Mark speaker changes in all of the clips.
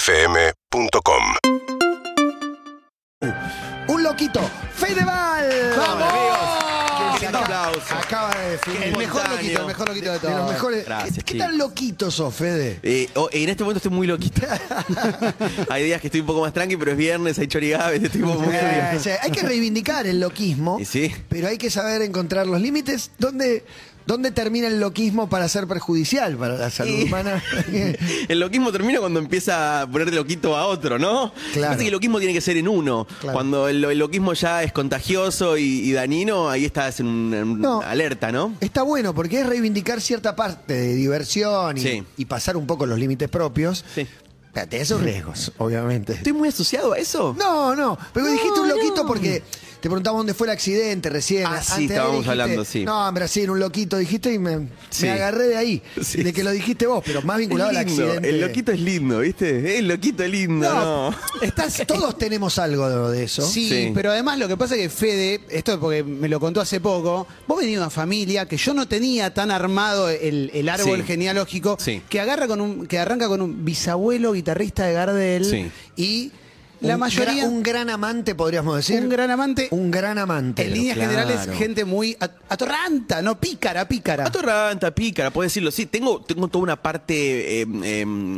Speaker 1: UrbanaPlayFM.com
Speaker 2: Un loquito, Fedeval.
Speaker 3: ¡Vamos, amigos! ¡Qué lindo
Speaker 2: Acá-
Speaker 3: aplauso!
Speaker 2: Acaba de definir.
Speaker 3: Qué
Speaker 2: El mejor
Speaker 3: espontáneo.
Speaker 2: loquito, el mejor loquito de todos. los mejores.
Speaker 3: Gracias,
Speaker 2: ¿Qué, qué
Speaker 3: chicos.
Speaker 2: tan loquito sos, Fede?
Speaker 3: Eh, oh, en este momento estoy muy loquito. hay días que estoy un poco más tranqui, pero es viernes, hay chorigabes, estoy como muy
Speaker 2: Eh, o
Speaker 3: nervioso.
Speaker 2: sea, hay que reivindicar el loquismo,
Speaker 3: Y sí.
Speaker 2: pero hay que saber encontrar los límites. ¿Dónde, ¿Dónde termina el loquismo para ser perjudicial para la salud
Speaker 3: Y-
Speaker 2: humana?
Speaker 3: El loquismo termina cuando empieza a ponerte loquito a otro, ¿no?
Speaker 2: Claro.
Speaker 3: Parece que el loquismo tiene que ser en uno.
Speaker 2: Claro.
Speaker 3: Cuando el, el loquismo ya es contagioso y, y dañino, ahí estás en un- en una
Speaker 2: No.
Speaker 3: alerta, ¿no?
Speaker 2: Está bueno porque es reivindicar cierta parte de diversión y,
Speaker 3: Sí.
Speaker 2: y pasar un poco los límites propios.
Speaker 3: Sí.
Speaker 2: Pero Tenés sus riesgos, obviamente.
Speaker 3: ¿Estoy muy asociado a eso?
Speaker 2: No, no. Pero
Speaker 3: No,
Speaker 2: dijiste un loquito
Speaker 3: no.
Speaker 2: porque te preguntaba dónde fue el accidente recién.
Speaker 3: Ah, sí,
Speaker 2: de ahí
Speaker 3: estábamos
Speaker 2: dijiste,
Speaker 3: hablando, sí.
Speaker 2: No, en Brasil, un loquito dijiste y me,
Speaker 3: Sí.
Speaker 2: me agarré de ahí.
Speaker 3: Sí.
Speaker 2: De que lo dijiste vos, pero más
Speaker 3: Es
Speaker 2: vinculado al
Speaker 3: lindo,
Speaker 2: accidente.
Speaker 3: El loquito es lindo, ¿viste? El loquito es lindo,
Speaker 2: No,
Speaker 3: ¿no?
Speaker 2: estás, todos tenemos algo de eso.
Speaker 4: Sí,
Speaker 3: Sí.
Speaker 4: pero además lo que pasa es que Fede, esto es porque me lo contó hace poco, vos venís de una familia que yo no tenía tan armado el, el árbol
Speaker 3: Sí.
Speaker 4: genealógico,
Speaker 3: Sí.
Speaker 4: que agarra con un, que arranca con un bisabuelo guitarrista de Gardel
Speaker 3: Sí.
Speaker 4: y la
Speaker 2: Un
Speaker 4: mayoría
Speaker 2: gra- un gran amante, podríamos decir.
Speaker 4: un gran amante,
Speaker 2: Un gran amante.
Speaker 4: en líneas
Speaker 3: claro.
Speaker 4: generales gente muy at- atorranta, no pícara, pícara.
Speaker 3: Atorranta, pícara, puedo decirlo. Sí, tengo, tengo toda una parte eh, em,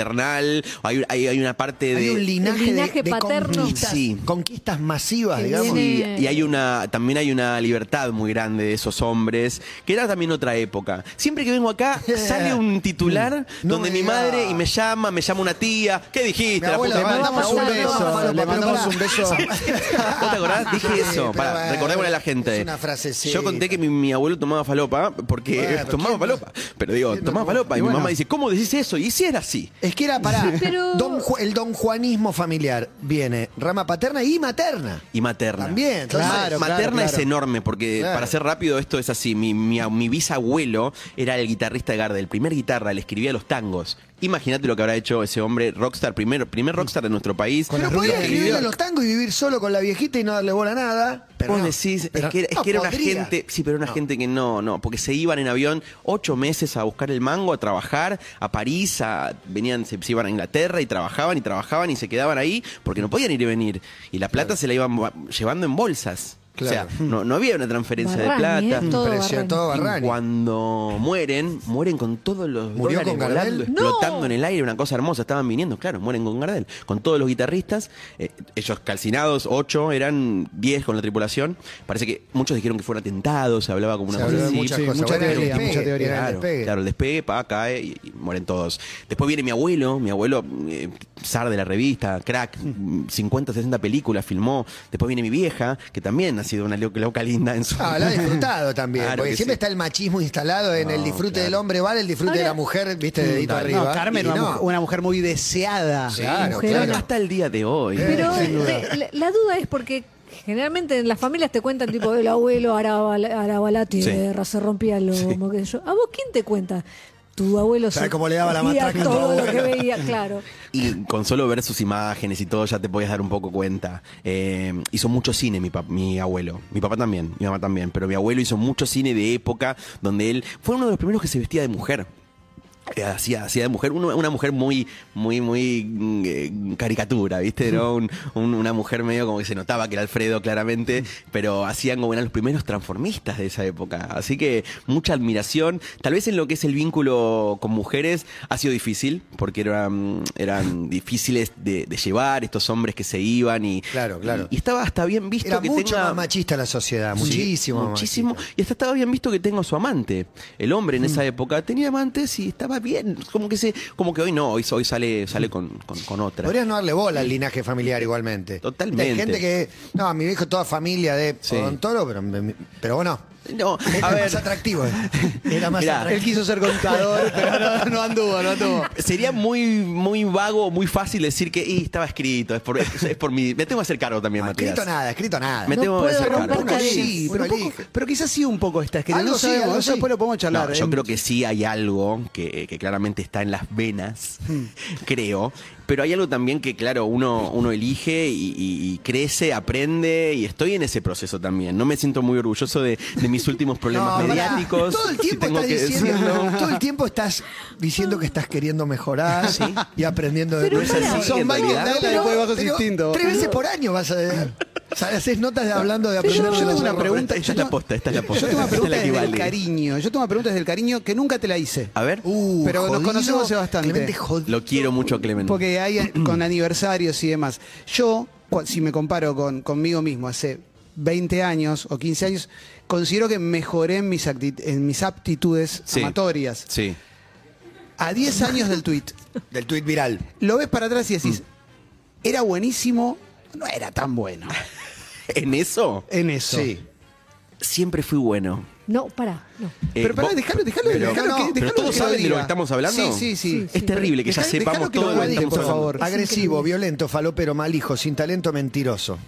Speaker 3: paternal, hay, hay, hay una parte de.
Speaker 2: Hay un linaje,
Speaker 5: El linaje
Speaker 2: de- de,
Speaker 5: paterno.
Speaker 2: conquistas,
Speaker 3: Sí.
Speaker 2: conquistas masivas, digamos.
Speaker 3: Sí,
Speaker 5: Tiene-
Speaker 3: y hay una, también hay una libertad muy grande de esos hombres, que era también otra época. Siempre que vengo acá, sale un titular
Speaker 2: No
Speaker 3: donde
Speaker 2: me
Speaker 3: mi
Speaker 2: digas.
Speaker 3: madre y me llama, me llama una tía. ¿Qué dijiste?
Speaker 2: Mi
Speaker 3: la
Speaker 2: abuela,
Speaker 3: puta
Speaker 4: Le
Speaker 2: va,
Speaker 3: madre?
Speaker 4: mandamos
Speaker 2: vamos,
Speaker 4: un
Speaker 2: vamos,
Speaker 4: beso,
Speaker 2: vamos,
Speaker 4: le
Speaker 2: vamos,
Speaker 4: mandamos
Speaker 2: pará.
Speaker 4: un beso.
Speaker 3: ¿Vos te acordás? Dije
Speaker 2: Sí,
Speaker 3: eso.
Speaker 2: pero
Speaker 3: Pará,
Speaker 2: bueno,
Speaker 3: recordémosle a la gente.
Speaker 2: es una frasecita.
Speaker 3: Yo conté que mi, mi abuelo tomaba falopa porque
Speaker 2: Bueno, pero
Speaker 3: tomaba
Speaker 2: ¿quién no?
Speaker 3: falopa. Pero digo,
Speaker 2: ¿Quién no
Speaker 3: tomaba
Speaker 2: toma?
Speaker 3: falopa. Y,
Speaker 4: Y
Speaker 3: mi
Speaker 4: bueno.
Speaker 3: mamá dice, ¿cómo decís eso? Y si era así.
Speaker 2: Es que era para
Speaker 5: pero-
Speaker 2: el don Juanismo familiar viene rama paterna y materna.
Speaker 3: Y materna.
Speaker 2: También,
Speaker 3: Entonces,
Speaker 2: claro,
Speaker 3: Materna
Speaker 2: claro, claro.
Speaker 3: es enorme, porque
Speaker 2: Claro.
Speaker 3: para ser rápido, esto es así. Mi, mi- mi bisabuelo era el guitarrista de Gardel, primer guitarra, le escribía los tangos. Imagínate lo que habrá hecho ese hombre rockstar, primero, primer rockstar de nuestro país.
Speaker 2: Pero
Speaker 3: Los
Speaker 2: podría
Speaker 3: que
Speaker 2: escribir
Speaker 3: vivió-
Speaker 2: en los tangos y vivir solo con la viejita y no darle bola a nada. Pero
Speaker 3: Vos
Speaker 2: no.
Speaker 3: decís,
Speaker 2: Pero
Speaker 3: es que, era- es
Speaker 2: no
Speaker 3: que era una
Speaker 2: podría.
Speaker 3: gente, sí, pero una
Speaker 2: No.
Speaker 3: gente que no, no, porque se iban en avión ocho meses a buscar el mango, a trabajar, a París, a, venían, se, se iban a Inglaterra y trabajaban y trabajaban y se quedaban ahí porque no podían ir y venir. Y la plata se la iban va- llevando en bolsas.
Speaker 2: Claro.
Speaker 3: O sea, no, no había una transferencia
Speaker 5: Barrani,
Speaker 3: de plata.
Speaker 5: ¿eh? Todo
Speaker 2: Impresionante, todo
Speaker 3: Y
Speaker 2: Barrani.
Speaker 3: cuando mueren, mueren con todos los
Speaker 2: ¿Murió
Speaker 3: dólares
Speaker 2: con Gardel?
Speaker 3: volando,
Speaker 2: ¡No!
Speaker 3: explotando en el aire, una cosa hermosa. Estaban viniendo, claro, mueren con Gardel. Con todos los guitarristas, eh, ellos calcinados, ocho, eran diez con la tripulación. Parece que muchos dijeron que fueron atentados, se hablaba como una
Speaker 2: Se
Speaker 3: cosa
Speaker 2: habló de
Speaker 3: así.
Speaker 2: muchas
Speaker 4: sí,
Speaker 2: cosas.
Speaker 4: mucha
Speaker 2: Bueno, era el
Speaker 4: teoría,
Speaker 2: despegue,
Speaker 4: mucha teoría.
Speaker 2: era el
Speaker 3: Claro,
Speaker 2: despegue.
Speaker 3: claro, el despegue, pa, cae y, y mueren todos. Después viene mi abuelo, mi abuelo, eh, zar de la revista, crack, mm, 50, 60 películas filmó. Después viene mi vieja, que también ha sido una lo- loca linda en su
Speaker 2: Ah, la ha disfrutado también.
Speaker 3: Claro
Speaker 2: porque
Speaker 3: que
Speaker 2: siempre
Speaker 3: sí.
Speaker 2: está el machismo instalado en el disfrute del hombre, vale, el disfrute de
Speaker 5: Ahora-
Speaker 2: la mujer, viste, dedito
Speaker 3: Dale.
Speaker 2: arriba.
Speaker 4: No, Carmen,
Speaker 2: Y
Speaker 4: una,
Speaker 2: no.
Speaker 4: mujer, una mujer muy deseada.
Speaker 2: Sí, Claro,
Speaker 5: mujer.
Speaker 2: claro.
Speaker 3: Hasta el día de hoy.
Speaker 5: Pero
Speaker 2: sin duda.
Speaker 5: eh, la, la duda es porque generalmente en las familias te cuentan tipo el abuelo Arabala- Arabalati
Speaker 3: Sí.
Speaker 5: eh, se rompía el lomo, qué sé yo. ¿A vos quién te cuenta? Tu abuelo
Speaker 2: ¿Sabés
Speaker 5: se-
Speaker 2: cómo le daba la
Speaker 5: veía
Speaker 2: matraca a tu
Speaker 5: todo lo
Speaker 2: abuelo?
Speaker 5: que veía, claro.
Speaker 3: Y con solo ver sus imágenes y todo ya te podías dar un poco cuenta. Eh, hizo mucho cine mi, pap- mi abuelo. Mi papá también, mi mamá también. Pero mi abuelo hizo mucho cine de época donde él fue uno de los primeros que se vestía de mujer. Eh, Hacía, hacía de mujer, uno- una mujer muy, muy, muy mm, eh, caricatura, ¿viste? Era un- un- una mujer medio como que se notaba que era Alfredo claramente, pero hacían como eran los primeros transformistas de esa época. Así que mucha admiración. Tal vez en lo que es el vínculo con mujeres ha sido difícil, porque eran, eran difíciles de, de llevar estos hombres que se iban y.
Speaker 2: Claro, claro.
Speaker 3: Y, y estaba hasta bien visto
Speaker 2: Era
Speaker 3: que
Speaker 2: mucho
Speaker 3: tenga.
Speaker 2: más machista la sociedad,
Speaker 3: Sí,
Speaker 2: muchísimo más
Speaker 3: muchísimo.
Speaker 2: machista.
Speaker 3: Y hasta estaba bien visto que tenga su amante. El hombre en esa época tenía amantes y estaba bien. Como que se, como que hoy no, hoy, hoy sale, sale con, con- con otra.
Speaker 2: Podrías no darle bola al linaje familiar igualmente.
Speaker 3: Totalmente.
Speaker 2: Hay gente que, no, mi viejo toda familia de
Speaker 3: Sí.
Speaker 2: odontólogo, pero, pero bueno,
Speaker 3: No,
Speaker 2: era
Speaker 3: a ver.
Speaker 2: más atractivo. eh. Era más
Speaker 3: Mirá,
Speaker 4: Él
Speaker 2: atractivo.
Speaker 4: quiso ser contador, pero no, no anduvo, no anduvo.
Speaker 3: Sería muy, muy vago, muy fácil decir que "Y, estaba escrito, es por, es, es por mi. Me tengo que hacer cargo también,
Speaker 2: No,
Speaker 3: Matías.
Speaker 2: Ah, escrito nada, escrito nada.
Speaker 3: Me
Speaker 5: No
Speaker 3: tengo que
Speaker 5: puedo
Speaker 3: hacer
Speaker 5: romper
Speaker 3: cargo.
Speaker 2: Uno elige,
Speaker 4: Sí,
Speaker 2: uno
Speaker 4: pero, un poco-
Speaker 2: elige.
Speaker 4: pero quizás sí un poco está escrito.
Speaker 2: Algo
Speaker 4: No
Speaker 2: sí,
Speaker 4: sabemos,
Speaker 2: algo
Speaker 4: eso
Speaker 2: sí.
Speaker 4: después lo podemos charlar.
Speaker 3: No,
Speaker 4: ¿eh?
Speaker 3: yo creo que sí hay algo que, que claramente está en las venas,
Speaker 4: Hmm.
Speaker 3: creo. Pero hay algo también que, claro, uno, uno elige y, y- y crece, aprende, y estoy en ese proceso también. No me siento muy orgulloso de, de mis últimos problemas
Speaker 2: No, pará.
Speaker 3: mediáticos.
Speaker 2: Todo el
Speaker 3: si
Speaker 2: tiempo
Speaker 3: tengo
Speaker 2: estás
Speaker 3: que
Speaker 2: diciendo,
Speaker 3: decirlo.
Speaker 2: todo el tiempo estás diciendo que estás queriendo mejorar y aprendiendo de
Speaker 5: Pero
Speaker 2: cosas.
Speaker 5: pará.
Speaker 2: Sos
Speaker 3: en
Speaker 2: Michael
Speaker 3: realidad.
Speaker 2: Douglas de Cueva Bajos
Speaker 4: Pero-
Speaker 2: Instinto. Tres veces por año vas a o sea, haces notas de- hablando de
Speaker 4: Pero
Speaker 2: aprender
Speaker 4: yo,
Speaker 2: de
Speaker 4: yo
Speaker 2: los
Speaker 4: tengo una
Speaker 2: otros.
Speaker 4: pregunta.
Speaker 3: Esta es la posta, esta es la posta.
Speaker 4: Yo tengo una
Speaker 3: Esta es la
Speaker 4: pregunta
Speaker 3: que
Speaker 4: desde el
Speaker 3: vale.
Speaker 4: cariño. Yo tengo una pregunta desde el cariño que nunca te la hice.
Speaker 3: A ver,
Speaker 2: Uh,
Speaker 4: Pero nos
Speaker 2: jodido,
Speaker 4: conocemos hace bastante.
Speaker 2: Clemente jodido.
Speaker 3: lo quiero mucho, Clemente.
Speaker 4: Porque hay con aniversarios y demás. Yo, cu- si me comparo con, conmigo mismo hace 20 años o 15 años, considero que mejoré en mis, acti- en mis aptitudes
Speaker 3: Sí.
Speaker 4: amatorias.
Speaker 3: Sí.
Speaker 4: A 10 años del tweet,
Speaker 6: Del tuit viral.
Speaker 4: lo ves para atrás y
Speaker 3: Mm.
Speaker 4: decís, era buenísimo, no era tan bueno
Speaker 3: En eso
Speaker 4: en eso.
Speaker 6: Sí.
Speaker 3: siempre fui bueno.
Speaker 5: No, pará, no.
Speaker 3: Eh,
Speaker 4: Pero pará,
Speaker 3: vos-
Speaker 4: déjalo, déjalo,
Speaker 3: pero-
Speaker 4: déjalo que-
Speaker 3: pero
Speaker 4: déjalo
Speaker 3: todos
Speaker 4: que
Speaker 3: saben de lo
Speaker 4: diga.
Speaker 3: que estamos hablando.
Speaker 4: Sí, sí, sí.
Speaker 5: Sí,
Speaker 3: Es terrible que ya
Speaker 4: Dejá- dejalo
Speaker 3: sepamos
Speaker 4: que lo
Speaker 3: todo lo que
Speaker 4: valide,
Speaker 3: estamos
Speaker 4: por
Speaker 3: hablando.
Speaker 4: favor.
Speaker 2: Agresivo, violento, falopero, mal hijo, sin talento, mentiroso.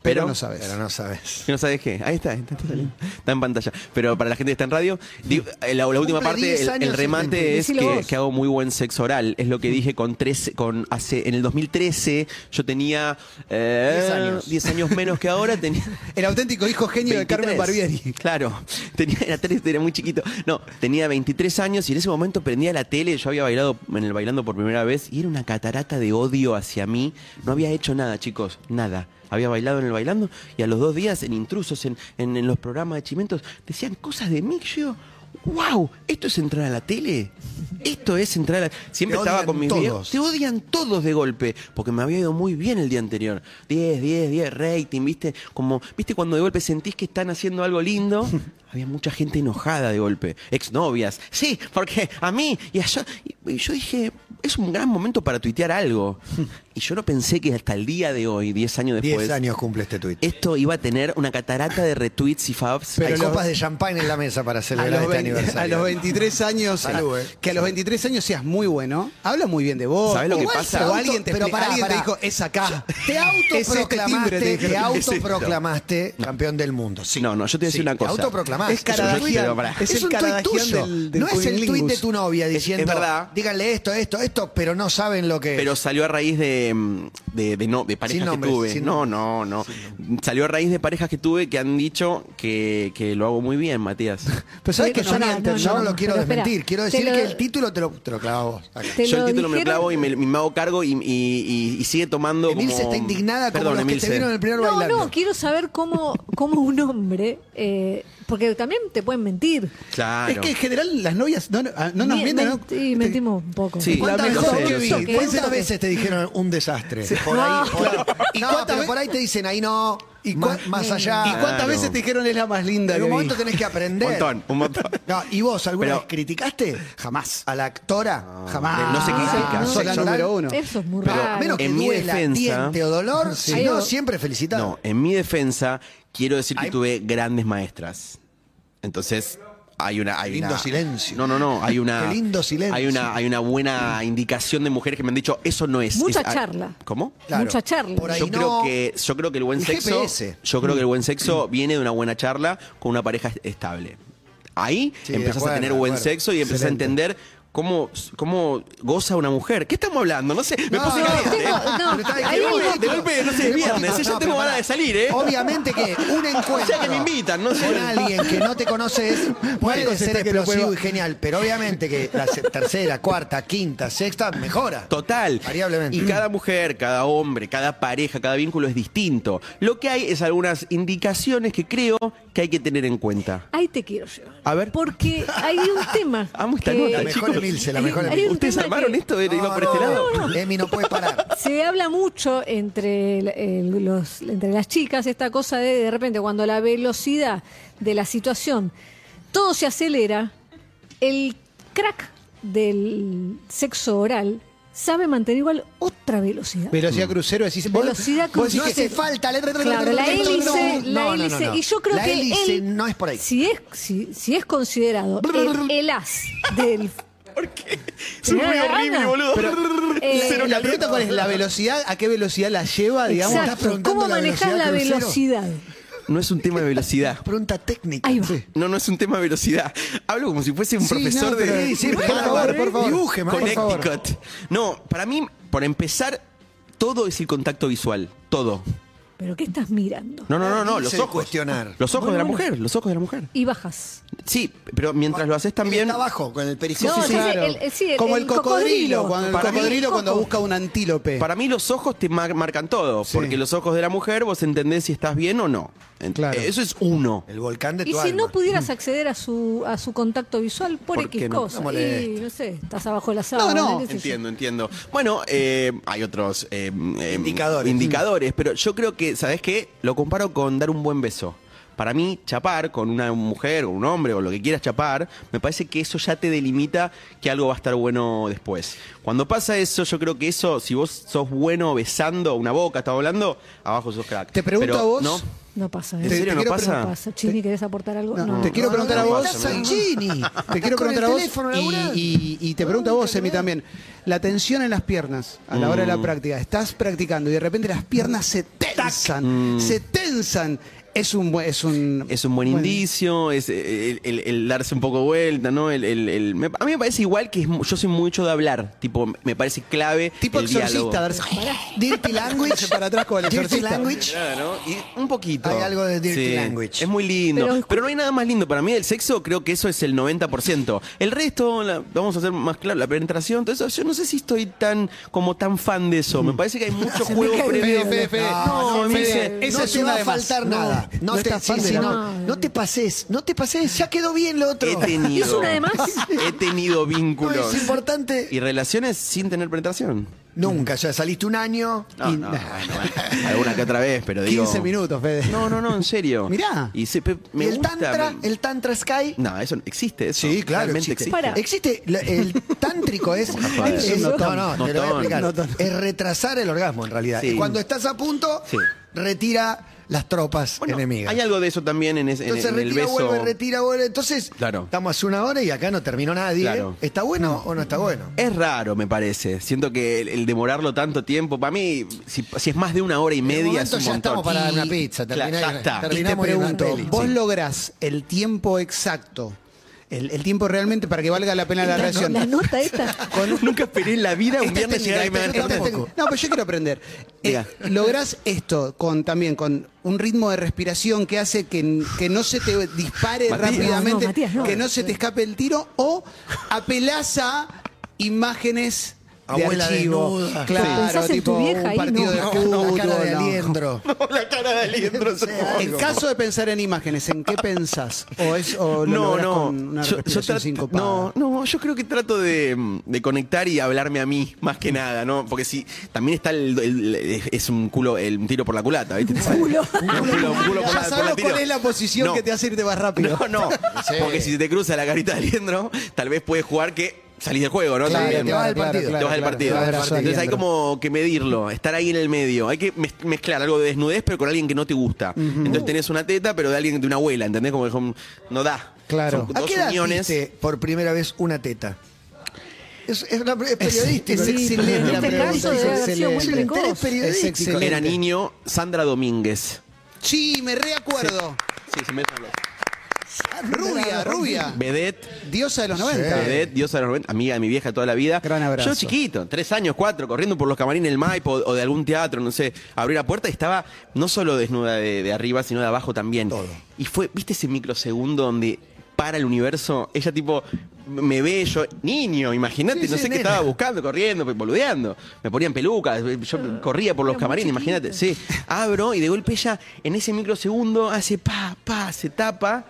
Speaker 4: Pero
Speaker 3: Pero-
Speaker 4: no sabes.
Speaker 2: Pero no sabes.
Speaker 3: Que no sabes qué. Ahí está, está, está saliendo. Está en pantalla. Pero para la gente que está en radio, digo, eh, la, la última
Speaker 2: Cumple
Speaker 3: parte,
Speaker 2: 10
Speaker 3: el,
Speaker 2: años,
Speaker 3: el remate
Speaker 5: Clemente,
Speaker 3: es
Speaker 5: decilo
Speaker 3: que,
Speaker 5: vos.
Speaker 3: que hago muy buen sexo oral. Es lo que dije con 13, con hace, en el 2013 yo tenía eh,
Speaker 2: 10 años.
Speaker 3: 10 años menos que ahora, tenía
Speaker 4: El auténtico hijo genio de
Speaker 3: 23.
Speaker 4: Carmen Barbieri.
Speaker 3: Claro, tenía, era, tres, era muy chiquito. No, tenía 23 años y en ese momento prendía la tele, yo había bailado en el bailando por primera vez y era una catarata de odio hacia mí. No había hecho nada, chicos, nada. Había bailado en el bailando y a los dos días en intrusos, en, en- en los programas de chimentos, decían cosas de mí. que Yo digo, wow, esto es entrar a la tele. Esto es entrar a la Siempre
Speaker 2: Te
Speaker 3: estaba
Speaker 2: odian
Speaker 3: con mis
Speaker 2: todos.
Speaker 3: viejos. Te odian todos de golpe, porque me había ido muy bien el día anterior. 10, 10, 10, rating, ¿viste? Como, ¿viste cuando de golpe sentís que están haciendo algo lindo? había mucha gente enojada de golpe, exnovias. Sí, porque a mí y allá. Y, y yo dije, es un gran momento para tuitear algo. y yo no pensé que hasta el día de hoy, 10
Speaker 2: 10
Speaker 3: años después,
Speaker 2: años cumple este tuit.
Speaker 3: esto iba a tener una catarata de retweets y fabs.
Speaker 2: Hay
Speaker 4: Pero los-
Speaker 2: copas de champagne en la mesa para
Speaker 4: A
Speaker 2: celebrar
Speaker 4: los,
Speaker 2: este
Speaker 4: 20
Speaker 2: aniversario.
Speaker 4: a los 23 años,
Speaker 2: Salud, eh.
Speaker 4: que a los 23 años seas muy bueno, habla muy bien de vos.
Speaker 3: ¿Sabés lo que
Speaker 4: Igual
Speaker 3: pasa?
Speaker 4: O alguien te,
Speaker 2: Pero
Speaker 4: expli-
Speaker 2: pará,
Speaker 4: alguien te
Speaker 2: pará.
Speaker 4: dijo, es acá.
Speaker 2: Te
Speaker 4: Es este timbre,
Speaker 2: autoproclamaste,
Speaker 4: te dijeron.
Speaker 2: te
Speaker 3: Es esto.
Speaker 2: autoproclamaste campeón del mundo. Sí.
Speaker 3: No, no, yo te voy a decir
Speaker 2: Sí,
Speaker 3: una
Speaker 2: te
Speaker 3: cosa.
Speaker 2: autoproclamaste.
Speaker 4: Es caradagian,
Speaker 3: Pero pará.
Speaker 4: es
Speaker 2: Es,
Speaker 4: el
Speaker 2: un tuit
Speaker 4: caradagian
Speaker 2: tuyo.
Speaker 4: del- del
Speaker 2: no es el tuit
Speaker 4: cunilingus.
Speaker 2: de tu novia
Speaker 3: Es- es
Speaker 2: diciendo,
Speaker 3: verdad.
Speaker 2: díganle esto, esto, esto, pero no saben lo que
Speaker 3: Pero
Speaker 2: es.
Speaker 3: salió a raíz de, mm, de, de no, de parejas
Speaker 2: Eh. Sin nombres,
Speaker 3: que tuve.
Speaker 2: sin
Speaker 3: No,
Speaker 2: nombres.
Speaker 3: no, no. Salió a raíz de parejas que tuve que han dicho que, que lo hago muy bien, Matías.
Speaker 4: Pero sabes que
Speaker 5: No,
Speaker 4: yo
Speaker 5: pará,
Speaker 4: ni antes-
Speaker 2: Yo no,
Speaker 5: no,
Speaker 2: lo quiero
Speaker 5: pero espera,
Speaker 2: desmentir. Quiero
Speaker 5: te
Speaker 2: decir
Speaker 5: lo-
Speaker 2: que el título te lo, te lo clavo vos. acá.
Speaker 5: Te
Speaker 3: Yo
Speaker 5: lo
Speaker 3: el título me lo
Speaker 5: dijeron-
Speaker 3: clavo y me, y me hago cargo y, y- y- y sigue tomando
Speaker 2: Emilce
Speaker 3: como...
Speaker 2: está indignada como
Speaker 3: Perdón,
Speaker 2: los que
Speaker 3: Emilce.
Speaker 2: te vieron en el primer
Speaker 5: No,
Speaker 2: bailando.
Speaker 5: no, quiero saber cómo, cómo un hombre, eh, porque también te pueden mentir.
Speaker 3: Claro.
Speaker 4: Es que en general las novias no, no- no nos
Speaker 5: Mie-
Speaker 4: mienten.
Speaker 5: men-
Speaker 4: ¿no?
Speaker 5: Y mentimos un poco.
Speaker 3: Sí.
Speaker 2: ¿Cuántas, veces,
Speaker 4: La mejor
Speaker 2: te-
Speaker 4: que vi.
Speaker 5: Toque,
Speaker 2: cuántas
Speaker 5: toque.
Speaker 2: veces te dijeron un desastre? Por
Speaker 5: No.
Speaker 2: ahí, por ahí.
Speaker 4: ¿Y
Speaker 2: No,
Speaker 4: cuántas
Speaker 2: pero
Speaker 4: ve-
Speaker 2: por ahí te dicen, ahí no,
Speaker 4: ¿Y
Speaker 2: más,
Speaker 4: cuán-
Speaker 2: más allá.
Speaker 4: ¿Y cuántas
Speaker 3: Claro.
Speaker 4: veces te dijeron es la más linda?
Speaker 2: En
Speaker 4: que
Speaker 2: un
Speaker 4: vi"?
Speaker 2: momento tenés que aprender.
Speaker 3: Un montón, un montón.
Speaker 2: No, ¿Y vos alguna
Speaker 3: Pero-
Speaker 2: vez criticaste?
Speaker 4: Jamás.
Speaker 2: ¿A la actora?
Speaker 4: Jamás.
Speaker 3: No se
Speaker 5: Ah,
Speaker 3: critica.
Speaker 4: No, sos la
Speaker 2: Sexual.
Speaker 4: número uno.
Speaker 5: Eso es muy
Speaker 2: Pero
Speaker 5: raro.
Speaker 2: menos que
Speaker 3: En mi
Speaker 2: duela,
Speaker 3: defensa-
Speaker 2: diente o dolor, si
Speaker 5: Hay
Speaker 2: no,
Speaker 5: algo-
Speaker 2: siempre felicitado.
Speaker 3: No, en mi defensa, quiero decir que
Speaker 2: Hay-
Speaker 3: tuve grandes maestras. Entonces, hay una. Hay
Speaker 2: Lindo
Speaker 3: una-
Speaker 2: silencio.
Speaker 3: No, no, no. Hay una.
Speaker 2: Qué lindo silencio.
Speaker 3: Hay una, hay una buena indicación de mujeres que me han dicho, eso no es.
Speaker 5: Mucha
Speaker 3: es- ah,
Speaker 5: charla.
Speaker 3: ¿Cómo?
Speaker 2: Claro.
Speaker 5: Mucha charla.
Speaker 2: Por ahí
Speaker 3: yo
Speaker 2: no.
Speaker 3: creo que yo creo que el buen
Speaker 2: El
Speaker 3: sexo
Speaker 2: GPS.
Speaker 3: yo creo que el buen
Speaker 2: Mm.
Speaker 3: sexo viene de una buena charla con una pareja estable ahí
Speaker 2: Sí, de
Speaker 3: empezás
Speaker 2: acuerdo,
Speaker 3: a tener
Speaker 2: de
Speaker 3: buen
Speaker 2: acuerdo.
Speaker 3: sexo y empezás
Speaker 2: Excelente.
Speaker 3: a entender cómo, cómo goza una mujer qué estamos hablando no sé me
Speaker 2: No,
Speaker 3: puse
Speaker 2: no,
Speaker 3: caliente
Speaker 5: tengo-
Speaker 3: ¿eh?
Speaker 5: no,
Speaker 2: Pero está-
Speaker 5: hay
Speaker 2: de
Speaker 5: algo-
Speaker 2: golpe-
Speaker 3: de golpe, no sé, es viernes, ¿eh? Yo tengo
Speaker 2: pero
Speaker 3: ganas
Speaker 2: pará.
Speaker 3: de salir, ¿eh?
Speaker 2: Obviamente que un encuentro.
Speaker 3: que me invitan, no sé.
Speaker 2: Con alguien que no te conoces puede
Speaker 4: contestar
Speaker 2: ser
Speaker 4: que no
Speaker 2: explosivo
Speaker 4: puedo.
Speaker 2: y genial, pero obviamente que la se- tercera, cuarta, quinta, sexta mejora.
Speaker 3: Total.
Speaker 2: Variablemente.
Speaker 3: Y cada mujer, cada hombre, cada pareja, cada vínculo es distinto. Lo que hay es algunas indicaciones que creo que hay que tener en cuenta.
Speaker 5: Ahí te quiero llevar.
Speaker 3: A ver.
Speaker 5: Porque hay un tema.
Speaker 3: Amo esta
Speaker 5: que-
Speaker 3: nota,
Speaker 2: La mejor
Speaker 3: chicos.
Speaker 2: Emilce, la mejor
Speaker 5: Hay
Speaker 2: Emilce.
Speaker 5: un
Speaker 3: ¿Ustedes
Speaker 5: tema
Speaker 3: armaron
Speaker 5: que-
Speaker 3: esto? ¿Era- ¿Iba por este
Speaker 2: no,
Speaker 3: lado?
Speaker 2: no. Emi no puede parar.
Speaker 5: Se habla mucho entre, el- el- los, entre las chicas esta cosa de de repente cuando la velocidad de la situación todo se acelera, el crack del sexo oral sabe mantener igual otra velocidad.
Speaker 4: Velocidad crucero, decís. vos-
Speaker 5: Velocidad
Speaker 4: vos decís
Speaker 2: No
Speaker 5: crucero.
Speaker 4: que-
Speaker 2: hace falta. le-
Speaker 5: Claro, la hélice,
Speaker 2: No,
Speaker 5: la
Speaker 2: no, no,
Speaker 5: hélice,
Speaker 2: no.
Speaker 5: y yo creo
Speaker 2: La
Speaker 5: que
Speaker 2: hélice
Speaker 5: él-
Speaker 2: no es por ahí.
Speaker 5: Si es, si, si es considerado el, el as del...
Speaker 3: ¿Por qué? Soy
Speaker 5: Soy muy
Speaker 3: muy
Speaker 5: Ana.
Speaker 3: horrible, boludo.
Speaker 4: Pero-
Speaker 5: Eh,
Speaker 4: Pero la pregunta cuál es la velocidad, a qué velocidad la lleva, digamos.
Speaker 2: estás
Speaker 5: Exacto,
Speaker 2: preguntando
Speaker 5: ¿cómo
Speaker 2: la
Speaker 5: manejar
Speaker 2: velocidad
Speaker 5: la
Speaker 2: crucero?
Speaker 5: velocidad?
Speaker 3: No es un tema de velocidad.
Speaker 2: Pregunta técnica.
Speaker 5: Ahí va.
Speaker 2: Sí.
Speaker 3: No, no es un tema de velocidad. Hablo como si fuese un
Speaker 4: Sí,
Speaker 3: profesor
Speaker 4: no,
Speaker 3: de.
Speaker 4: pero-
Speaker 2: Sí, sí,
Speaker 4: Por
Speaker 2: por
Speaker 4: favor,
Speaker 2: favor,
Speaker 4: por favor.
Speaker 2: Dibuje, ma, por favor.
Speaker 3: Connecticut. No, para mí, por empezar, todo es el contacto visual. Todo.
Speaker 5: ¿Pero qué estás mirando?
Speaker 3: No, no, no, no, los
Speaker 2: Dice
Speaker 3: ojos.
Speaker 2: cuestionar.
Speaker 3: Los ojos de la
Speaker 5: Bueno, bueno.
Speaker 3: mujer, los ojos de la mujer.
Speaker 5: Y bajas.
Speaker 3: Sí, pero mientras lo haces también.
Speaker 2: Está abajo, con el pericón.
Speaker 5: No, sí, sí, el- el- sí, el-
Speaker 4: Como el,
Speaker 5: el
Speaker 4: cocodrilo,
Speaker 5: cocodrilo.
Speaker 4: cuando el
Speaker 3: Para mí-
Speaker 4: cocodrilo cuando
Speaker 5: Coco.
Speaker 4: busca un antílope.
Speaker 3: Para mí los ojos te mar- marcan todo,
Speaker 4: Sí.
Speaker 3: porque los ojos de la mujer vos entendés si estás bien o no. Ent-
Speaker 4: Claro.
Speaker 3: Eso es uno.
Speaker 2: El volcán de tu
Speaker 5: Y si
Speaker 2: alma. Mm.
Speaker 5: no pudieras acceder a su, a su contacto visual por,
Speaker 3: ¿Por qué
Speaker 5: X
Speaker 3: no?
Speaker 5: cosa.
Speaker 2: No molesta.
Speaker 5: y no sé, estás abajo de la sábana.
Speaker 4: no,
Speaker 5: qué sé yo.
Speaker 3: Entiendo, entiendo. Bueno, eh, hay otros eh, eh,
Speaker 2: Indicadores.
Speaker 3: indicadores, pero yo creo que, ¿sabes qué? Lo comparo con dar un buen beso. Para mí, chapar con una mujer o un hombre o lo que quieras chapar, me parece que eso ya te delimita que algo va a estar bueno después. Cuando pasa eso, yo creo que eso, si vos sos bueno besando una boca, estás hablando, abajo sos crack.
Speaker 4: Te pregunto
Speaker 3: Pero
Speaker 4: a vos-
Speaker 3: No,
Speaker 5: No pasa, ¿eh?
Speaker 3: ¿En serio no
Speaker 4: quiero
Speaker 3: pasa?
Speaker 5: No pasa. Chini, ¿querés aportar algo?
Speaker 4: No,
Speaker 5: No.
Speaker 4: te quiero
Speaker 2: no,
Speaker 4: preguntar
Speaker 2: no,
Speaker 4: a vos.
Speaker 2: pasa, no.
Speaker 4: Sanchini, Te quiero
Speaker 2: Con el
Speaker 4: preguntar a vos.
Speaker 2: teléfono,
Speaker 4: y-
Speaker 2: laburando.
Speaker 4: y, y te pregunto a vos, Emi, también. La tensión en las piernas a la hora de
Speaker 2: Mm.
Speaker 4: la práctica. Estás practicando y de repente las piernas se tensan.
Speaker 2: Mm.
Speaker 4: Se tensan. Es un buen. Es un,
Speaker 3: es un buen indicio, es eh, el, el- el darse un poco vuelta, ¿no? El, el- el- me- a mí me parece igual que es mu- yo soy mucho de hablar, tipo, me parece clave.
Speaker 4: Tipo
Speaker 3: el
Speaker 4: exorcista,
Speaker 3: diálogo.
Speaker 4: darse. Dirty language para atrás con el
Speaker 2: Dirty
Speaker 4: exorcista.
Speaker 2: language.
Speaker 3: Claro, y un poquito.
Speaker 2: Hay algo de dirty language.
Speaker 3: Es muy lindo. Pero,
Speaker 5: Pero-
Speaker 3: no hay nada más lindo. Para mí, el sexo, creo que eso es el 90%. El resto, la- vamos a hacer más claro, la penetración, todo eso. Yo no sé si estoy tan como tan fan de eso. Me parece que hay mucho
Speaker 5: Se me
Speaker 3: juego
Speaker 5: cae el
Speaker 3: previo.
Speaker 5: Fede, Fede,
Speaker 2: Fede.
Speaker 3: No,
Speaker 2: No,
Speaker 3: me
Speaker 2: Fede,
Speaker 3: dice,
Speaker 4: esa
Speaker 2: no
Speaker 4: es
Speaker 2: te
Speaker 4: una
Speaker 2: va
Speaker 4: de
Speaker 2: a
Speaker 4: más.
Speaker 2: faltar
Speaker 4: No,
Speaker 2: nada. No,
Speaker 4: no
Speaker 2: te,
Speaker 4: estás
Speaker 2: sí,
Speaker 4: fan de
Speaker 2: sí,
Speaker 4: la-
Speaker 2: no,
Speaker 5: No.
Speaker 2: no te pases, no te pases, ya quedó bien lo otro.
Speaker 3: he tenido.
Speaker 5: ¿Es una de más?
Speaker 3: He tenido
Speaker 2: No
Speaker 3: vínculos.
Speaker 2: es importante.
Speaker 3: y relaciones sin tener penetración.
Speaker 2: Nunca, ya saliste un año.
Speaker 3: No,
Speaker 4: Y-
Speaker 3: no, bueno, bueno, alguna que otra vez, pero digo.
Speaker 4: 15 minutos, Fede.
Speaker 3: No, no, no, en serio.
Speaker 4: Mirá.
Speaker 3: Y se- pe- me
Speaker 2: y el
Speaker 3: gusta,
Speaker 2: tantra,
Speaker 3: me-
Speaker 2: el tantra sky.
Speaker 3: No, eso existe. Eso.
Speaker 2: Sí, claro,
Speaker 3: Realmente existe.
Speaker 5: Pará.
Speaker 2: Existe la- el tántrico es,
Speaker 3: Rafael.
Speaker 2: es-
Speaker 5: Es un
Speaker 2: no,
Speaker 5: notón.
Speaker 2: no, te lo voy a
Speaker 3: Notón.
Speaker 2: explicar.
Speaker 4: Notón.
Speaker 2: Es retrasar el orgasmo en realidad.
Speaker 3: Sí.
Speaker 2: Y cuando estás a punto,
Speaker 3: Sí.
Speaker 2: retira las tropas
Speaker 3: Bueno,
Speaker 2: enemigas.
Speaker 3: Hay algo de eso también en, es- en-
Speaker 2: Entonces
Speaker 3: en el
Speaker 2: retira,
Speaker 3: beso.
Speaker 2: vuelve, retira, vuelve. Entonces,
Speaker 3: Claro.
Speaker 2: estamos hace una hora y acá no terminó nadie.
Speaker 3: Claro.
Speaker 2: ¿Está bueno o no está bueno?
Speaker 3: Es raro, me parece. Siento que el, el demorarlo tanto tiempo, para mí, si, si es más de una hora y
Speaker 2: de
Speaker 3: media, es
Speaker 2: momento
Speaker 3: un
Speaker 2: ya
Speaker 3: montón.
Speaker 2: estamos para
Speaker 3: Y-
Speaker 2: una pizza,
Speaker 3: Claro,
Speaker 2: terminá-
Speaker 3: ya está.
Speaker 2: terminá-
Speaker 4: Y te
Speaker 2: Terminamos en una
Speaker 4: pregunto,
Speaker 2: peli,
Speaker 4: ¿vos
Speaker 2: sí.
Speaker 4: lográs el tiempo exacto? El, el tiempo realmente para que valga la pena la
Speaker 5: La, no-
Speaker 4: relación.
Speaker 5: la nota esta.
Speaker 3: Nunca esperé en la vida un
Speaker 2: Este
Speaker 4: Esta es
Speaker 3: viernes llegar y me
Speaker 4: técnica,
Speaker 3: hagan
Speaker 4: esta es
Speaker 3: tampoco.
Speaker 4: técnica. No, pero yo quiero aprender.
Speaker 3: Diga.
Speaker 4: Eh, lográs esto con también con un ritmo de respiración que hace que, que no se te dispare
Speaker 3: Matías.
Speaker 4: rápidamente,
Speaker 5: No, no, Matías, no.
Speaker 4: que no se te escape el tiro o apelás a imágenes de
Speaker 2: Abuela
Speaker 4: archivo.
Speaker 2: desnuda.
Speaker 4: Claro,
Speaker 5: Pensás en
Speaker 4: tipo
Speaker 5: tu vieja
Speaker 4: un
Speaker 5: ahí,
Speaker 4: partido
Speaker 5: no.
Speaker 4: de
Speaker 2: No,
Speaker 4: fútbol.
Speaker 2: la cara de
Speaker 4: no.
Speaker 2: aliendro.
Speaker 3: La cara de Aliendro "Este es hermoso.
Speaker 4: En caso de pensar en imágenes, ¿en qué pensás? ¿O, es, o lo
Speaker 3: No,
Speaker 4: lográs
Speaker 3: no.
Speaker 4: con una
Speaker 3: Yo- yo
Speaker 4: respiración
Speaker 3: trato-
Speaker 4: sincopada?
Speaker 3: no, no, yo creo que trato de, de conectar y hablarme a mí, más que nada, ¿no? Porque si también está el, el- es un culo, el un tiro por la culata, ¿viste? Un
Speaker 5: culo.
Speaker 3: un culo, un culo por la,
Speaker 4: Ya
Speaker 3: por la
Speaker 4: sabemos
Speaker 3: tiro.
Speaker 4: Ah, cuál es la posición
Speaker 3: No.
Speaker 4: que te hace irte más rápido.
Speaker 3: No, no.
Speaker 2: Sí.
Speaker 3: Porque si se te cruza la carita de Aliendro, tal vez puedes jugar que salís del juego, ¿no?
Speaker 2: Claro,
Speaker 3: También.
Speaker 2: te vas del partido.
Speaker 3: Te vas del
Speaker 4: claro,
Speaker 3: partido.
Speaker 4: claro,
Speaker 2: Abrazo,
Speaker 4: claro.
Speaker 3: Entonces hay como que medirlo, estar ahí en el medio. Hay que mez- mezclar algo de desnudez, pero con alguien que no te gusta. Entonces tenés una teta, pero de alguien de una abuela, ¿entendés? Como que son- no da.
Speaker 4: Claro.
Speaker 3: Son
Speaker 2: ¿A
Speaker 3: dos
Speaker 2: qué edad
Speaker 3: uniones.
Speaker 2: viste por primera vez una teta? Es, es una- es periodístico.
Speaker 4: es excelente
Speaker 2: Es
Speaker 5: en
Speaker 4: la
Speaker 5: este
Speaker 4: pregunta,
Speaker 5: caso
Speaker 4: es
Speaker 5: debe haber sido muy
Speaker 2: Es un
Speaker 4: excelente.
Speaker 5: precoz.
Speaker 2: interés periodístico.
Speaker 4: Es excelente.
Speaker 3: Era niño Sandra Domínguez.
Speaker 4: Sí, me reacuerdo.
Speaker 3: Sí, se me
Speaker 4: Rubia, rubia.
Speaker 3: Vedette.
Speaker 4: Diosa de los 90.
Speaker 3: Vedette, diosa de los 90, amiga de mi vieja toda la vida.
Speaker 4: Gran abrazo.
Speaker 3: Yo chiquito, tres años, cuatro, corriendo por los camarines del Maipo o de algún teatro, no sé, abrí la puerta y estaba no solo desnuda de, de arriba, sino de abajo también.
Speaker 2: Todo.
Speaker 3: Y fue, ¿viste ese microsegundo donde para el universo? Ella tipo, me ve, yo, niño, imagínate,
Speaker 2: Sí,
Speaker 3: no
Speaker 2: sí,
Speaker 3: sé qué
Speaker 2: nena.
Speaker 3: estaba buscando, corriendo, pues, boludeando. Me ponían pelucas, yo corría por los
Speaker 5: Era muy
Speaker 3: camarines,
Speaker 5: chiquito.
Speaker 3: imagínate. Sí, abro y de golpe ella en ese microsegundo hace pa, pa, se tapa.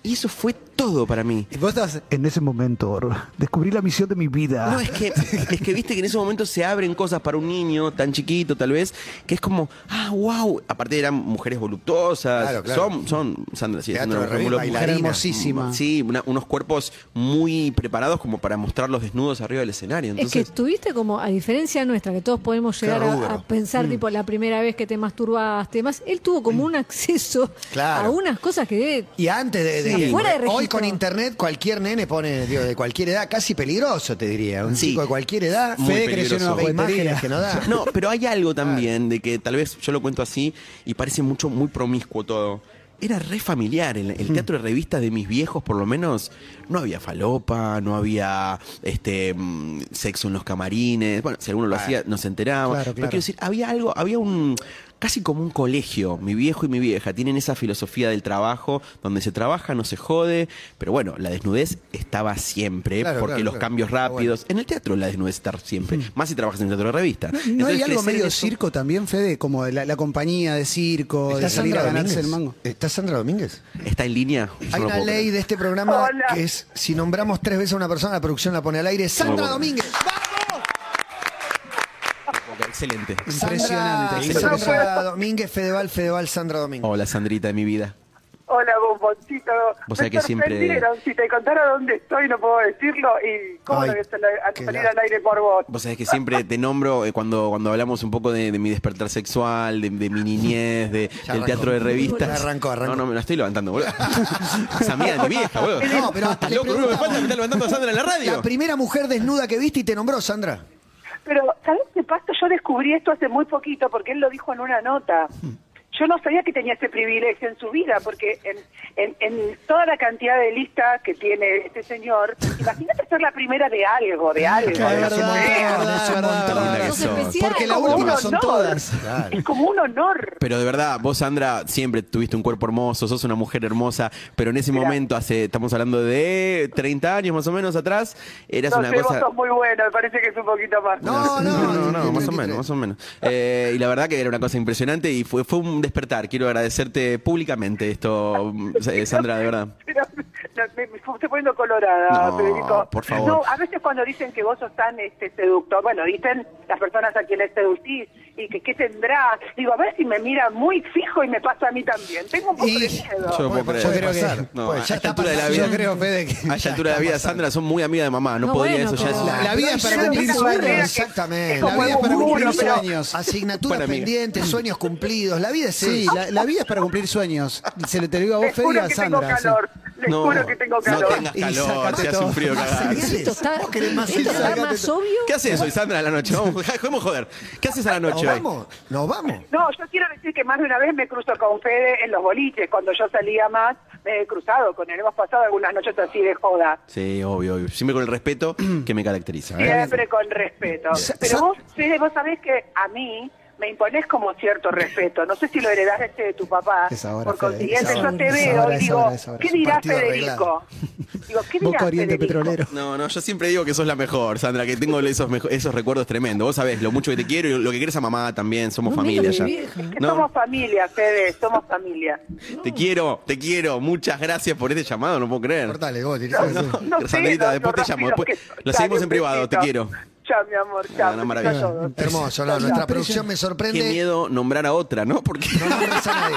Speaker 3: Y eso fue todo para mí.
Speaker 4: Y Vos estabas
Speaker 6: En ese momento descubrí la misión de mi vida.
Speaker 3: No, es que, es que viste que en ese momento se abren cosas para un niño tan chiquito, tal vez, que es como, ah, wow. Aparte eran mujeres voluptuosas.
Speaker 2: Claro, claro.
Speaker 3: Son, son, Sandra, sí,
Speaker 2: Teatro
Speaker 3: Sandra
Speaker 2: de Mm.
Speaker 3: Romulo,
Speaker 2: revista,
Speaker 3: mujeres
Speaker 2: bailarina.
Speaker 4: Hermosísima.
Speaker 3: Sí, una- unos cuerpos muy preparados como para mostrarlos desnudos arriba del escenario.
Speaker 5: Es que
Speaker 3: Entonces,
Speaker 5: estuviste como, a diferencia nuestra, que todos podemos llegar a-
Speaker 2: rubro.
Speaker 5: a, pensar,
Speaker 3: Mm.
Speaker 5: tipo, la primera vez que te masturbaste, más, él tuvo como un acceso
Speaker 2: Claro.
Speaker 5: a unas cosas que debe-
Speaker 2: Y antes de, de-
Speaker 5: Sí.
Speaker 2: que-
Speaker 5: Fuera de registro.
Speaker 2: hoy con internet cualquier nene pone digo, de cualquier edad, casi peligroso te diría, un
Speaker 3: Sí.
Speaker 2: chico de cualquier edad,
Speaker 3: Muy
Speaker 2: Fede
Speaker 3: peligroso.
Speaker 2: creció en una
Speaker 4: Ve
Speaker 2: juguetería.
Speaker 4: imágenes
Speaker 2: que no da.
Speaker 3: no, pero hay algo también de que tal vez yo lo cuento así y parece mucho, muy promiscuo todo. Era re familiar. El,
Speaker 2: Hmm.
Speaker 3: el teatro de revistas de mis viejos, por lo menos, no había falopa, no había este mm,
Speaker 2: Ah.
Speaker 3: sexo en los camarines. Bueno, si alguno lo hacía, nos enterábamos.
Speaker 4: claro,
Speaker 3: Pero
Speaker 4: claro.
Speaker 3: quiero decir, había algo, había un casi como un colegio. Mi viejo y mi vieja tienen esa filosofía del trabajo, donde se trabaja, no se jode, pero bueno, la desnudez estaba siempre,
Speaker 2: Claro,
Speaker 3: porque
Speaker 2: claro,
Speaker 3: los
Speaker 2: claro.
Speaker 3: cambios
Speaker 2: Está bueno.
Speaker 3: rápidos. En el teatro la desnudez está siempre, más si trabajas en el teatro de revista.
Speaker 4: ¿No hay
Speaker 3: Entonces,
Speaker 4: algo
Speaker 3: crecer
Speaker 4: medio
Speaker 3: en eso-
Speaker 4: circo también, Fede? Como de la, la compañía de circo, de salir a ganarse el mango.
Speaker 2: ¿Está Sandra Domínguez?
Speaker 3: ¿Está en línea? Yo
Speaker 2: Hay
Speaker 3: no
Speaker 2: una
Speaker 3: puedo
Speaker 2: ley
Speaker 3: creer.
Speaker 2: de este programa
Speaker 7: Hola.
Speaker 2: que es si nombramos tres veces a una persona, la producción la pone al aire. Sandra
Speaker 3: puedo creer.
Speaker 2: Domínguez.
Speaker 3: Ok, Excelente.
Speaker 2: Sandra,
Speaker 4: Impresionante.
Speaker 7: Sandra-
Speaker 2: Sandra Domínguez, Fedeval, Fedeval, Sandra Domínguez.
Speaker 3: Hola, Sandrita de mi vida.
Speaker 7: Hola, bomboncito.
Speaker 3: Vos
Speaker 7: Me
Speaker 3: sabés que siempre-
Speaker 7: sorprendieron. Si te contara dónde estoy, no puedo decirlo. ¿Y cómo
Speaker 2: Ay,
Speaker 7: lo voy a hacer la- al
Speaker 2: qué
Speaker 7: salir
Speaker 2: la-
Speaker 7: al aire por vos?
Speaker 3: Vos sabés que siempre te nombro eh, cuando, cuando hablamos un poco de, de mi despertar sexual, de, de mi niñez, de,
Speaker 2: Ya
Speaker 3: del
Speaker 2: arrancó.
Speaker 3: teatro de revistas.
Speaker 2: Ya arrancó, arrancó.
Speaker 3: No, no, me la estoy levantando, boludo. Esa mía de mi vieja, boludo.
Speaker 2: No, pero
Speaker 3: Estás
Speaker 2: le
Speaker 3: loco, boludo, me
Speaker 2: preguntamos.
Speaker 3: falta que me está levantando a Sandra en la
Speaker 2: La
Speaker 3: radio.
Speaker 2: primera mujer desnuda que viste y te nombró, Sandra.
Speaker 7: Pero, ¿sabes qué pasa? Yo descubrí esto hace muy poquito porque él lo dijo en una nota. Yo no sabía que tenía ese privilegio en su vida, porque en, en- en toda la cantidad de listas que tiene este señor, imagínate ser la primera de algo, de algo.
Speaker 4: Claro,
Speaker 7: de
Speaker 4: es
Speaker 7: lo que
Speaker 4: verdad,
Speaker 7: sea.
Speaker 4: es verdad,
Speaker 2: Es un
Speaker 4: es verdad,
Speaker 2: montón.
Speaker 4: es verdad.
Speaker 5: Sos
Speaker 3: Eso.
Speaker 5: especial.
Speaker 4: Porque la
Speaker 7: Como un
Speaker 4: última son
Speaker 7: honor.
Speaker 4: todas.
Speaker 7: Es como un honor.
Speaker 3: Pero de verdad, vos, Sandra, siempre tuviste un cuerpo hermoso, sos una mujer hermosa, pero en ese
Speaker 7: Mirá.
Speaker 3: momento, hace, estamos hablando de 30 años más o menos atrás, eras
Speaker 7: No
Speaker 3: una
Speaker 7: sé, vos
Speaker 3: cosa.
Speaker 7: sos muy bueno, me parece que es un poquito más.
Speaker 2: No, no,
Speaker 3: no, no, no,
Speaker 2: no,
Speaker 3: más o
Speaker 2: no,
Speaker 3: menos, más o menos. Eh, y la verdad que era una cosa impresionante y fue, fue un despertar. Quiero agradecerte públicamente esto, eh, Sandra, de verdad.
Speaker 7: Pero, no, me, me estoy poniendo colorada,
Speaker 3: No,
Speaker 7: Federico.
Speaker 3: por favor.
Speaker 7: No, a veces cuando dicen que vos sos tan este, seductor, bueno, dicen las personas a quienes seducís y que qué tendrá. Digo, a ver si me mira muy fijo y me pasa a mí también. Tengo un poco
Speaker 4: Y-
Speaker 7: de miedo.
Speaker 3: Yo no puedo
Speaker 2: Puede-
Speaker 3: creer.
Speaker 2: puede
Speaker 4: creo que-
Speaker 2: pasar.
Speaker 3: No,
Speaker 2: Puede-
Speaker 3: a
Speaker 2: ya
Speaker 3: esta
Speaker 2: está
Speaker 3: altura de la
Speaker 2: pasando.
Speaker 3: vida.
Speaker 4: Yo creo, Fede, que.
Speaker 3: A esta altura de la vida, Sandra, son muy amiga de mamá. No,
Speaker 5: No,
Speaker 3: podía
Speaker 5: bueno,
Speaker 3: eso, ya
Speaker 5: pero-
Speaker 3: es
Speaker 4: La, la vida es para
Speaker 2: Pero hay
Speaker 4: cumplir
Speaker 2: una
Speaker 7: sueños.
Speaker 2: barrera que-
Speaker 4: sueños.
Speaker 2: Exactamente.
Speaker 7: es
Speaker 4: La
Speaker 7: como
Speaker 4: vida es para
Speaker 7: un muro,
Speaker 4: cumplir
Speaker 7: pero-
Speaker 4: sueños.
Speaker 2: Asignaturas
Speaker 3: Buena amiga.
Speaker 2: pendientes, sueños cumplidos. La vida es
Speaker 4: Sí,
Speaker 2: eso.
Speaker 4: la, la vida es para cumplir sueños. Se le te lo digo a vos,
Speaker 7: Les
Speaker 4: Fede, y
Speaker 7: juro
Speaker 4: a
Speaker 7: que tengo
Speaker 4: Sandra. sí.
Speaker 7: calor. Les
Speaker 3: No,
Speaker 7: juro que tengo
Speaker 3: no
Speaker 7: calor.
Speaker 3: tengas
Speaker 4: Y
Speaker 3: calor,
Speaker 4: sácate
Speaker 3: se hace
Speaker 4: todo.
Speaker 3: un frío cagar.
Speaker 5: Esto está,
Speaker 2: Vos querés más
Speaker 5: esto está
Speaker 2: seriedad,
Speaker 5: más
Speaker 2: te-
Speaker 5: obvio.
Speaker 3: ¿Qué haces hoy, Sandra, a la noche? Vamos, vamos a joder. ¿Qué haces a la
Speaker 2: Nos
Speaker 3: noche hoy?
Speaker 2: vamos, nos vamos.
Speaker 7: No, yo quiero decir que más de una vez me cruzo con Fede en los boliches. Cuando yo salía más, me he cruzado con él. Hemos pasado algunas noches así de joda.
Speaker 3: Sí, obvio, obvio. Siempre con el respeto que me caracteriza. ¿eh?
Speaker 7: Siempre con respeto.
Speaker 4: Sa-
Speaker 7: Pero
Speaker 4: sa-
Speaker 7: vos, Fede, vos sabés que a mí me imponés como cierto respeto. No sé si lo heredaste de tu papá.
Speaker 4: Es ahora,
Speaker 7: Por
Speaker 4: Fede,
Speaker 7: consiguiente,
Speaker 4: es
Speaker 7: yo
Speaker 4: ahora,
Speaker 7: te
Speaker 4: es
Speaker 7: veo
Speaker 4: ahora,
Speaker 7: y
Speaker 4: es
Speaker 7: digo,
Speaker 4: ahora, es ahora.
Speaker 7: ¿qué
Speaker 4: Es
Speaker 2: un
Speaker 7: dirá
Speaker 2: partido
Speaker 7: Federico? Digo, ¿qué dirá
Speaker 4: Boca Oriente
Speaker 7: Federico?
Speaker 4: Petrolero.
Speaker 3: No, no, yo siempre digo que sos la mejor, Sandra, que tengo esos, mejo- esos recuerdos tremendos. Vos sabés lo mucho que te quiero y lo que querés a mamá también. Somos
Speaker 5: No me
Speaker 3: familia
Speaker 5: digas
Speaker 3: ya.
Speaker 5: mi vieja.
Speaker 7: Que
Speaker 3: No,
Speaker 7: somos familia, Fede, somos familia.
Speaker 3: te quiero, te quiero. Muchas gracias por este llamado, no puedo creer.
Speaker 2: Cortale, vos, dirigí.
Speaker 7: No sé,
Speaker 3: Sandrita,
Speaker 7: lo-
Speaker 3: después
Speaker 7: lo
Speaker 3: te llamo,
Speaker 7: rápido
Speaker 3: después-
Speaker 7: que-
Speaker 3: lo
Speaker 7: Dale,
Speaker 3: seguimos
Speaker 7: un
Speaker 3: en privado, te
Speaker 7: besito.
Speaker 3: quiero.
Speaker 7: Chao, mi amor, chao.
Speaker 3: Ah, una
Speaker 7: besito a
Speaker 3: maravilla.
Speaker 7: todos.
Speaker 2: Hermoso, no, nuestra producción me sorprende.
Speaker 3: Qué miedo nombrar a otra, ¿no? Porque
Speaker 2: No nombres a nadie.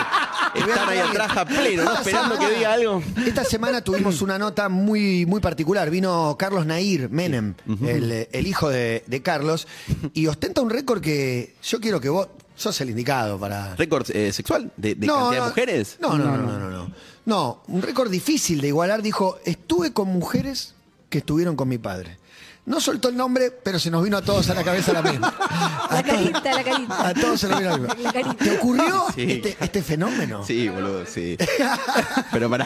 Speaker 2: Te voy a
Speaker 3: están ahí
Speaker 2: nombrar a
Speaker 3: atrás a
Speaker 2: alguien.
Speaker 3: pleno, ¿no?
Speaker 2: Esta
Speaker 3: esperando que
Speaker 2: semana-
Speaker 3: diga algo.
Speaker 2: Esta semana tuvimos una nota muy, muy particular. Vino Carlos Nair Menem, el, eh, el hijo de, de Carlos, y ostenta un récord que yo quiero que vos sos el indicado para.
Speaker 3: ¿Récord eh, sexual? ¿De, de cantidad de mujeres?
Speaker 2: No, no, no, no, no, no. No, un récord difícil de igualar. Dijo, estuve con mujeres que estuvieron con mi padre. No soltó el nombre, pero se nos vino a todos a la cabeza la misma.
Speaker 5: La carita, la carita.
Speaker 2: A todos se nos vino la misma.
Speaker 5: La carita.
Speaker 2: ¿Te ocurrió
Speaker 3: Sí.
Speaker 2: este, este fenómeno?
Speaker 3: Sí, boludo, sí. Pero pará.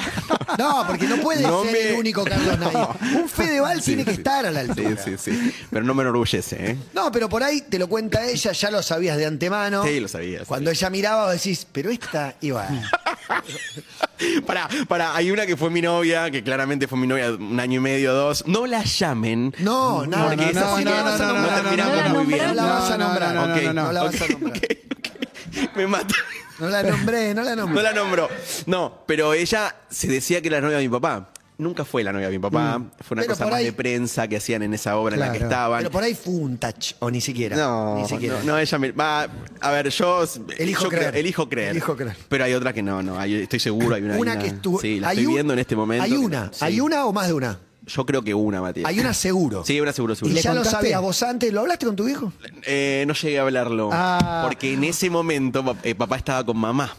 Speaker 2: No, porque no puede
Speaker 3: No
Speaker 2: ser
Speaker 3: me-
Speaker 2: el único Carlos Nair. Un Fedeval
Speaker 3: Sí,
Speaker 2: tiene que
Speaker 3: sí.
Speaker 2: estar a la altura.
Speaker 3: Sí, sí, sí. Pero no me enorgullece, ¿eh?
Speaker 2: No, pero por ahí te lo cuenta ella, ya lo sabías de antemano.
Speaker 3: Sí, lo sabías.
Speaker 2: Cuando ella miraba, vos decís, pero esta iba.
Speaker 3: Pará, pará. Hay una que fue mi novia, que claramente fue mi novia un año y medio, dos. No la llamen.
Speaker 2: No, no,
Speaker 3: Porque
Speaker 2: no,
Speaker 3: esa
Speaker 2: no,
Speaker 3: sí que
Speaker 2: no,
Speaker 3: la vas a
Speaker 2: no,
Speaker 3: nombrar,
Speaker 2: no, no,
Speaker 3: terminamos
Speaker 5: no, no,
Speaker 3: muy
Speaker 5: no
Speaker 3: bien.
Speaker 2: la vas a nombrar.
Speaker 4: No, no, no,
Speaker 3: Ok,
Speaker 4: no,
Speaker 2: No la vas a
Speaker 3: ok,
Speaker 2: nombrar.
Speaker 3: ok, ok. Me mata.
Speaker 2: No la nombré, no la nombré.
Speaker 3: No la nombró. No, pero ella se decía que era la novia de mi papá. Nunca fue la novia de mi papá. Fue una
Speaker 2: Pero
Speaker 3: cosa
Speaker 2: por
Speaker 3: más
Speaker 2: ahí-
Speaker 3: de prensa que hacían en esa obra en la que
Speaker 4: Claro.
Speaker 3: estaban.
Speaker 2: Pero por ahí fue un touch, o ni siquiera.
Speaker 3: No,
Speaker 2: ni siquiera.
Speaker 3: no, no, ella me. Va, a ver, yo.
Speaker 2: Elijo
Speaker 3: yo creo-
Speaker 2: creer.
Speaker 3: elijo creer.
Speaker 2: Elijo creer.
Speaker 3: Pero hay otra que no, no. hay- estoy seguro, hay una. hay
Speaker 2: Una que estuvo.
Speaker 3: Sí, la
Speaker 2: hay
Speaker 3: estoy
Speaker 2: un-
Speaker 3: viendo en este momento.
Speaker 2: Hay una,
Speaker 3: Sí.
Speaker 2: hay una o más de una.
Speaker 3: Yo creo que una, Matías.
Speaker 2: Hay una seguro.
Speaker 3: Sí, una seguro, seguro.
Speaker 2: Y
Speaker 4: ¿Le
Speaker 2: ya lo
Speaker 4: contaste?
Speaker 2: sabías vos antes, ¿lo hablaste con tu viejo?
Speaker 3: Eh, no llegué a hablarlo.
Speaker 4: Ah.
Speaker 3: Porque en ese momento pap- eh, papá estaba con mamá.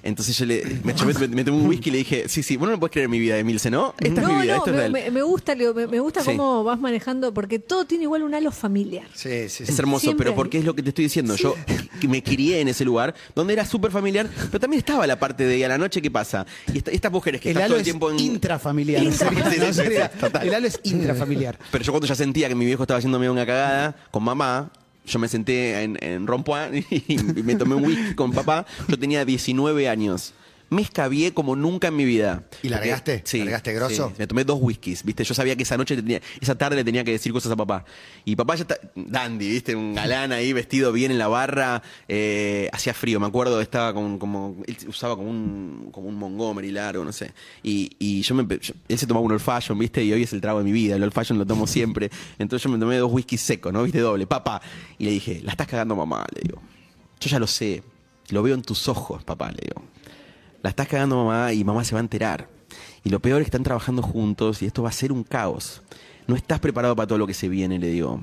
Speaker 3: Entonces yo le, me, chupé- me- me tomé un whisky y le dije, sí, sí, vos no me puedes creer mi vida de Milce, ¿no? Esta es mi
Speaker 5: No,
Speaker 3: vida,
Speaker 5: no,
Speaker 3: esto es
Speaker 5: me,
Speaker 3: real.
Speaker 5: me- me gusta, Leo, me, me gusta
Speaker 3: Sí.
Speaker 5: cómo vas manejando, porque todo tiene igual un halo familiar.
Speaker 2: Sí, sí,
Speaker 3: Es hermoso,
Speaker 5: Siempre
Speaker 3: pero
Speaker 5: hay.
Speaker 3: porque es lo que te estoy diciendo. Yo que me crié en ese lugar donde era súper familiar, pero también estaba la parte de a la noche qué pasa. Y esta- estas mujeres que
Speaker 4: El
Speaker 3: están todo
Speaker 4: halo
Speaker 3: el
Speaker 4: es
Speaker 3: tiempo en.
Speaker 4: intrafamiliar.
Speaker 3: Intrafamiliar. Sí,
Speaker 4: Sería- no,
Speaker 3: sí, sí,
Speaker 4: sería-
Speaker 3: total.
Speaker 4: El halo es intrafamiliar.
Speaker 3: Pero yo cuando ya sentía que mi viejo estaba haciéndome una cagada con mamá, Yo me senté en, en Rompoint y, y me tomé un whisky con papá. Yo tenía 19 años. Me escabié como nunca en mi vida.
Speaker 2: ¿Y largaste?
Speaker 3: Porque- sí.
Speaker 2: ¿Largaste grosso?
Speaker 3: sí. Me tomé dos whiskies, ¿viste? Yo sabía que esa noche, tenía- esa tarde le tenía que decir cosas a papá. Y papá ya está, dandy, ¿viste? Un galán ahí vestido bien en la barra. eh, hacía frío, me acuerdo, estaba con- como, él usaba como un, como un Montgomery largo, no sé. Y, y yo me, empe- yo- él se tomaba un old fashion, ¿viste? Y hoy es el trago de mi vida, el old fashion lo tomo siempre. Entonces yo me tomé dos whiskies secos, ¿no? ¿Viste? Doble, papá. Y le dije, la estás cagando mamá, le digo. Yo ya lo sé, lo veo en tus ojos, papá, le digo la estás cagando mamá y mamá se va a enterar. Y lo peor es que están trabajando juntos y esto va a ser un caos. No estás preparado para todo lo que se viene, le digo.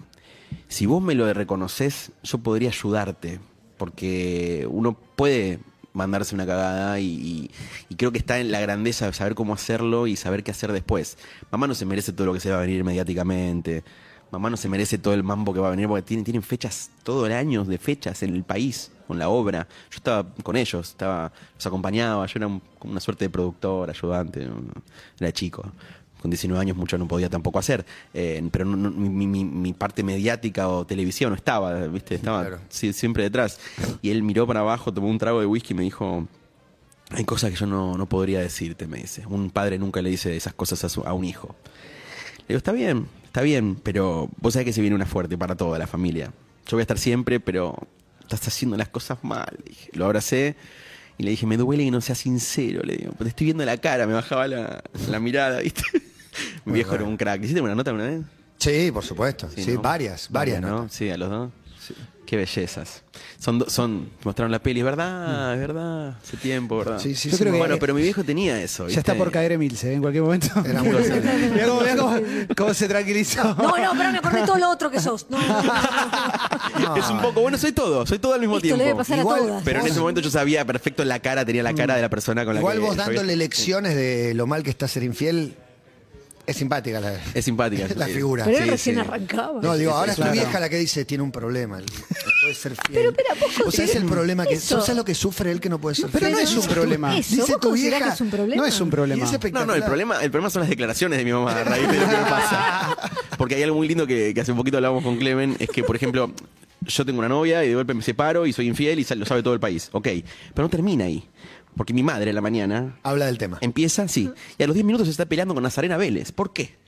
Speaker 3: Si vos me lo reconoces, yo podría ayudarte, porque uno puede mandarse una cagada y, y- y creo que está en la grandeza de saber cómo hacerlo y saber qué hacer después. Mamá no se merece todo lo que se va a venir mediáticamente. Mamá no se merece todo el mambo que va a venir porque tienen, tienen fechas todo el año de fechas en el país con la obra. Yo estaba con ellos, estaba los acompañaba, yo era un- como una suerte de productor, ayudante, ¿no? era chico. Con 19 años mucho no podía tampoco hacer, eh, pero no- no- mi, mi- mi- mi parte mediática o televisión no estaba, ¿viste? Estaba sí- siempre detrás. Y él miró para abajo, tomó un trago de whisky y me dijo, hay cosas que yo no, no podría decirte, me dice. Un padre nunca le dice esas cosas a, su- a un hijo. Le digo, está bien, está bien, pero vos sabés que se viene una fuerte para toda la familia. Yo voy a estar siempre, pero estás haciendo las cosas mal. le dije. Lo abracé y le dije, me duele que no seas sincero, le digo. "Pues Te estoy viendo la cara, me bajaba la, la mirada, ¿viste? Mi viejo era un crack. ¿Hiciste una nota alguna vez?
Speaker 2: Sí, por supuesto. Sí,
Speaker 3: ¿no?
Speaker 2: varias, varias,
Speaker 3: ¿no?
Speaker 2: notas.
Speaker 3: Sí, a los dos. Qué bellezas. Son, do- son, mostraron la peli, es verdad, es verdad, hace tiempo, ¿verdad?
Speaker 2: Sí, sí,
Speaker 4: Yo sí, creo me que-
Speaker 3: bueno,
Speaker 4: acuerdo.
Speaker 3: pero mi viejo tenía eso.
Speaker 4: Ya
Speaker 3: ¿viste?
Speaker 4: está por caer Emilce, ¿eh? en cualquier momento.
Speaker 2: Era muy grosero.
Speaker 4: Mirá cómo, mirá cómo- cómo se tranquilizó.
Speaker 5: No, no, pero me acordé todo lo otro que sos. No, no, no, no.
Speaker 3: Es un poco, bueno, soy todo, soy todo al mismo
Speaker 5: Esto le debe
Speaker 3: tiempo.
Speaker 5: pasar
Speaker 2: Igual,
Speaker 5: a todas.
Speaker 3: Pero en
Speaker 2: Vos-
Speaker 3: ese momento yo sabía perfecto la cara, tenía la cara de la persona con la
Speaker 2: Mm. Igual
Speaker 3: que
Speaker 2: vos
Speaker 3: yo había-
Speaker 2: dándole lecciones de lo mal que está ser infiel, es simpática la,
Speaker 3: Es simpática.
Speaker 2: la
Speaker 3: sí.
Speaker 4: Ah,
Speaker 2: figura.
Speaker 5: Pero él
Speaker 3: Sí,
Speaker 5: recién
Speaker 3: sí.
Speaker 5: arrancaba.
Speaker 2: No, digo, ahora es tu
Speaker 4: claro.
Speaker 2: vieja la que dice tiene un problema. el- no Puede ser fiel.
Speaker 5: Pero, espera, vos
Speaker 2: O sea, es el
Speaker 5: considerás
Speaker 2: problema que.
Speaker 5: eso.
Speaker 2: ¿Sabes lo que sufre él que no puede ser
Speaker 4: pero
Speaker 2: fiel?
Speaker 4: no es un problema.
Speaker 5: Eso, ¿vos considerás que es un problema?
Speaker 4: No es un
Speaker 2: Y
Speaker 4: problema.
Speaker 2: es
Speaker 3: No,
Speaker 2: espectacular.
Speaker 3: no, el problema, el problema son las declaraciones de mi mamá a raíz de lo que me pasa. Porque hay algo muy lindo que, que hace un poquito hablábamos con Clemen, es que, por ejemplo, yo tengo una novia y de golpe me separo y soy infiel y sa- lo sabe todo el país. Ok, pero no termina ahí. Porque mi madre a la mañana
Speaker 2: Habla del tema.
Speaker 3: empieza, sí, y a los 10 minutos se está peleando con Nazarena Vélez. ¿Por qué?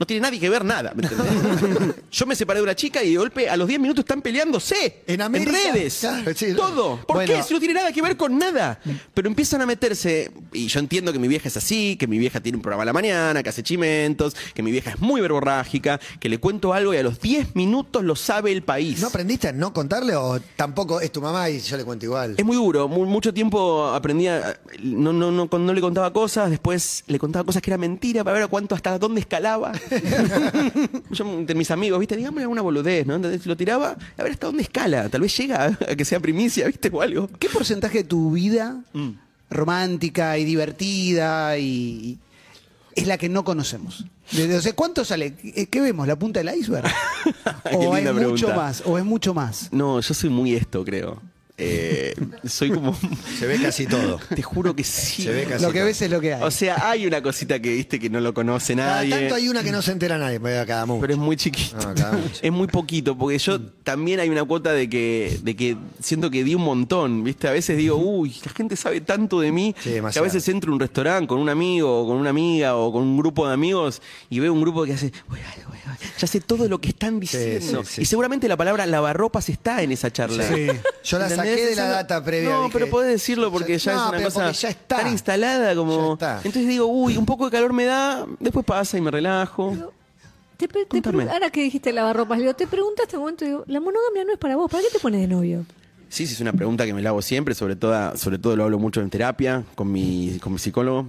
Speaker 3: No tiene nadie que ver nada, ¿me entendés? Yo me separé de una chica y de golpe a los 10 minutos están peleándose.
Speaker 2: En América,
Speaker 3: redes.
Speaker 2: claro, sí.
Speaker 3: todo. ¿Por
Speaker 4: Bueno.
Speaker 3: qué? Si no tiene nada que ver con nada. Pero empiezan a meterse, y yo entiendo que mi vieja es así, que mi vieja tiene un programa a la mañana, que hace chimentos, que mi vieja es muy verborrágica, que le cuento algo y a los 10 minutos lo sabe el país.
Speaker 2: ¿No aprendiste a no contarle o tampoco es tu mamá y yo le cuento igual?
Speaker 3: Es muy duro. Mu- mucho tiempo aprendía. No, no, no, no le contaba cosas. Después le contaba cosas que era mentira para ver a cuánto, hasta dónde escalaba. Yo, entre mis amigos, ¿viste? Digámosle alguna boludez, ¿no? Entonces, lo tiraba a ver hasta dónde escala. Tal vez llega a que sea primicia, ¿viste? O algo.
Speaker 4: ¿Qué porcentaje de tu vida
Speaker 3: Mm.
Speaker 4: romántica y divertida y, y- es la que no conocemos? De- de- o sea, ¿cuánto sale? ¿Qué qué vemos? ¿La punta del iceberg?
Speaker 3: Qué
Speaker 4: ¿O es
Speaker 3: linda
Speaker 4: mucho
Speaker 3: pregunta.
Speaker 4: más? ¿O es mucho más?
Speaker 3: No, yo soy muy esto, creo. Eh, soy como.
Speaker 2: Se ve casi todo.
Speaker 3: Te juro que sí.
Speaker 2: Se ve casi
Speaker 4: Lo que
Speaker 2: todo.
Speaker 4: ves es lo que hay.
Speaker 3: O sea, hay una cosita que viste que no lo conoce
Speaker 2: Cada
Speaker 3: nadie.
Speaker 2: tanto hay una que no se entera nadie, pero cada mucho.
Speaker 3: Pero es muy chiquito.
Speaker 2: Ah, cada mucho. Mm.
Speaker 3: es muy poquito, porque yo también hay una cuota de que, de que siento que di un montón, ¿viste? A veces digo, uy, la gente sabe tanto de mí.
Speaker 2: Sí,
Speaker 3: que
Speaker 2: demasiado.
Speaker 3: a veces entro a un restaurante con un amigo o con una amiga o con un grupo de amigos y veo un grupo que hace, "Uy, ay, uy, ay", ya sé todo lo que están diciendo.
Speaker 2: sí, sí.
Speaker 3: Y seguramente la palabra lavarropas está en esa charla.
Speaker 4: Sí.
Speaker 2: Yo la saqué de la data previa,
Speaker 3: No,
Speaker 2: dije.
Speaker 3: pero podés decirlo porque ya
Speaker 2: No,
Speaker 3: es una
Speaker 2: pero
Speaker 3: cosa
Speaker 2: porque ya está.
Speaker 3: tan instalada como.
Speaker 2: Ya está.
Speaker 3: Entonces digo, uy, un poco de calor me da, después pasa y me relajo.
Speaker 5: Te, pre- te
Speaker 3: Contame.
Speaker 5: pregun- ahora que dijiste lavarropas, le digo, te preguntaste un momento, digo, la monogamia no es para vos, ¿para qué te pones de novio?
Speaker 3: Sí, sí, es una pregunta que me la hago siempre, sobre todo, sobre todo lo hablo mucho en terapia, con mi, con mi psicólogo.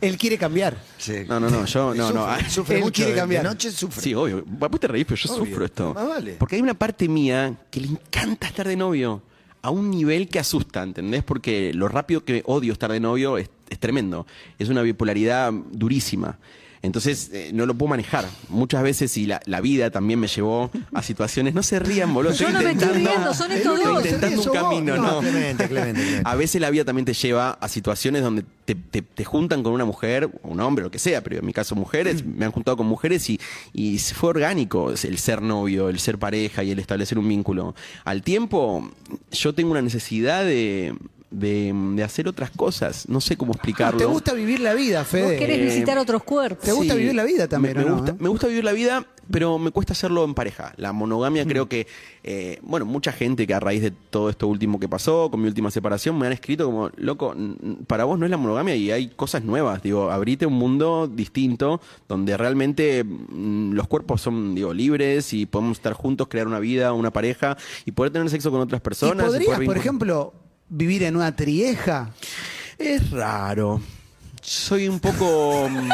Speaker 4: Él quiere cambiar.
Speaker 2: Sí.
Speaker 3: No, no, no, yo no, ah, no.
Speaker 2: Sufre, sufre
Speaker 4: Él
Speaker 2: mucho.
Speaker 4: quiere
Speaker 2: de- de
Speaker 4: cambiar.
Speaker 2: noche sufre.
Speaker 3: Sí, obvio. Vos te reís, pero yo
Speaker 2: Obvio. Ah,
Speaker 3: sufro esto.
Speaker 2: Más vale.
Speaker 3: Porque hay una parte mía que le encanta estar de novio a un nivel que asusta, ¿entendés? Porque lo rápido que odio estar de novio es, es tremendo. Es una bipolaridad durísima. Entonces eh, no lo puedo manejar. Muchas veces, y la, la vida también me llevó a situaciones. No se rían, boludo.
Speaker 5: Yo
Speaker 3: estoy
Speaker 5: no me estoy
Speaker 3: intentando-
Speaker 5: riendo, son
Speaker 2: El
Speaker 5: estos
Speaker 2: único
Speaker 5: dos.
Speaker 2: que se
Speaker 3: Intentando
Speaker 2: ríe
Speaker 3: un
Speaker 2: sos vos.
Speaker 3: camino, ¿no?
Speaker 2: Clemente, Clemente, Clemente.
Speaker 3: A veces la vida también te lleva a situaciones donde te, te- te juntan con una mujer, o un hombre, lo que sea, pero en mi caso mujeres, me han juntado con mujeres y, y se fue orgánico el ser novio, el ser pareja y el establecer un vínculo. Al tiempo, yo tengo una necesidad de, de- de hacer otras cosas, no sé cómo explicarlo.
Speaker 4: Ah, ¿Te gusta vivir la vida,
Speaker 5: Vos
Speaker 4: Fede?
Speaker 5: querés
Speaker 3: Eh,
Speaker 5: visitar otros cuerpos.
Speaker 4: ¿Te gusta vivir la vida también,
Speaker 3: Me, me
Speaker 4: o no,
Speaker 3: gusta,
Speaker 4: eh?
Speaker 3: me gusta vivir la vida, pero me cuesta hacerlo en pareja. La monogamia
Speaker 4: Mm.
Speaker 3: creo que, eh, bueno, mucha gente que a raíz de todo esto último que pasó, con mi última separación, me han escrito como, loco, n- n- para vos no es la monogamia y hay cosas nuevas. Digo, abrite un mundo distinto donde realmente mm, los cuerpos son, digo, libres y podemos estar juntos, crear una vida, una pareja y poder tener sexo con otras
Speaker 4: ¿Y
Speaker 3: personas. y poder
Speaker 4: podrías, por
Speaker 3: vincular-
Speaker 4: ejemplo, vivir en una trieja?
Speaker 3: Es raro. Soy un poco... mm,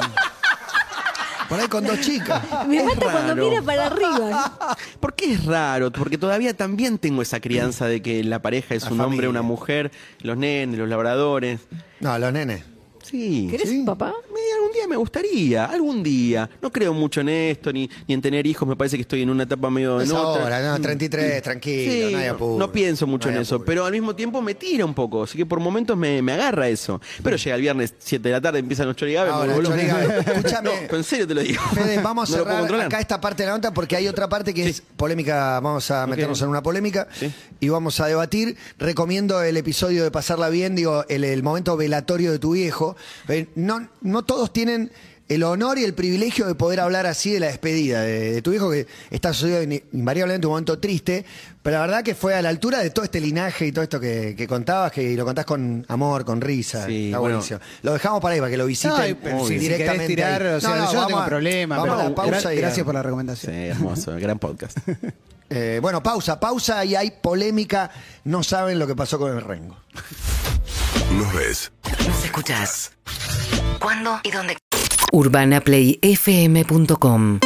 Speaker 2: Por ahí con dos chicas.
Speaker 5: Me
Speaker 3: Es
Speaker 5: mata cuando
Speaker 3: raro.
Speaker 5: mira para arriba.
Speaker 3: ¿Por qué es raro? Porque todavía también tengo esa crianza de que la pareja es
Speaker 2: La
Speaker 3: un hombre,
Speaker 2: familia.
Speaker 3: una mujer, los nenes, los labradores.
Speaker 2: No, los nenes.
Speaker 3: Sí.
Speaker 5: ¿Querés
Speaker 3: sí.
Speaker 5: un papá?
Speaker 3: Me- Algún día me gustaría, algún día. No creo mucho en esto, ni, ni en tener hijos. Me parece que estoy en una etapa medio en
Speaker 2: Es
Speaker 3: otra. Mm.
Speaker 2: ahora, no, 33, tranquilo,
Speaker 3: Sí,
Speaker 2: no hay apuro.
Speaker 3: no pienso mucho
Speaker 2: No hay
Speaker 3: en eso,
Speaker 2: apuro.
Speaker 3: pero al mismo tiempo me tira un poco. Así que por momentos me, me agarra eso. Pero llega el viernes 7 de la tarde, empiezan los chorigaves.
Speaker 2: Ahora,
Speaker 3: me vuelvo loco.
Speaker 2: chorigaves. Escúchame.
Speaker 3: No, pero en serio te lo digo.
Speaker 2: Fede, vamos
Speaker 3: No
Speaker 2: a
Speaker 3: lo puedo
Speaker 2: cerrar
Speaker 3: controlar.
Speaker 2: acá esta parte de la nota porque hay otra parte que
Speaker 3: Sí.
Speaker 2: es polémica. Vamos a meternos en una polémica
Speaker 3: Sí.
Speaker 2: y vamos a debatir. Recomiendo el episodio de Pasarla Bien, digo, el, el momento velatorio de tu viejo. Eh, No, no todos tienen el honor y el privilegio de poder hablar así de la despedida de, de tu viejo que está sucedido in- invariablemente un momento triste, pero la verdad que fue a la altura de todo este linaje y todo esto que, que contabas, que lo contás con amor, con risa.
Speaker 3: Sí,
Speaker 2: está
Speaker 3: bueno.
Speaker 2: buenísimo. Lo dejamos para ahí, para que lo visiten
Speaker 4: Ay, pero si si querés tirar,
Speaker 2: ahí.
Speaker 4: o sea,
Speaker 2: No, no,
Speaker 4: yo no
Speaker 2: vamos
Speaker 4: tengo
Speaker 2: a-
Speaker 4: problema.
Speaker 2: Vamos
Speaker 4: pero
Speaker 2: a la pausa
Speaker 4: gra-
Speaker 2: y a-
Speaker 4: Gracias por la
Speaker 3: Sí,
Speaker 4: recomendación.
Speaker 3: hermoso, gran podcast.
Speaker 2: Eh, bueno, pausa, pausa y hay polémica. No saben lo que pasó con el Rengo.
Speaker 1: Nos ves.
Speaker 8: Nos escuchás. ¿Cuándo y dónde? UrbanaPlayFM.com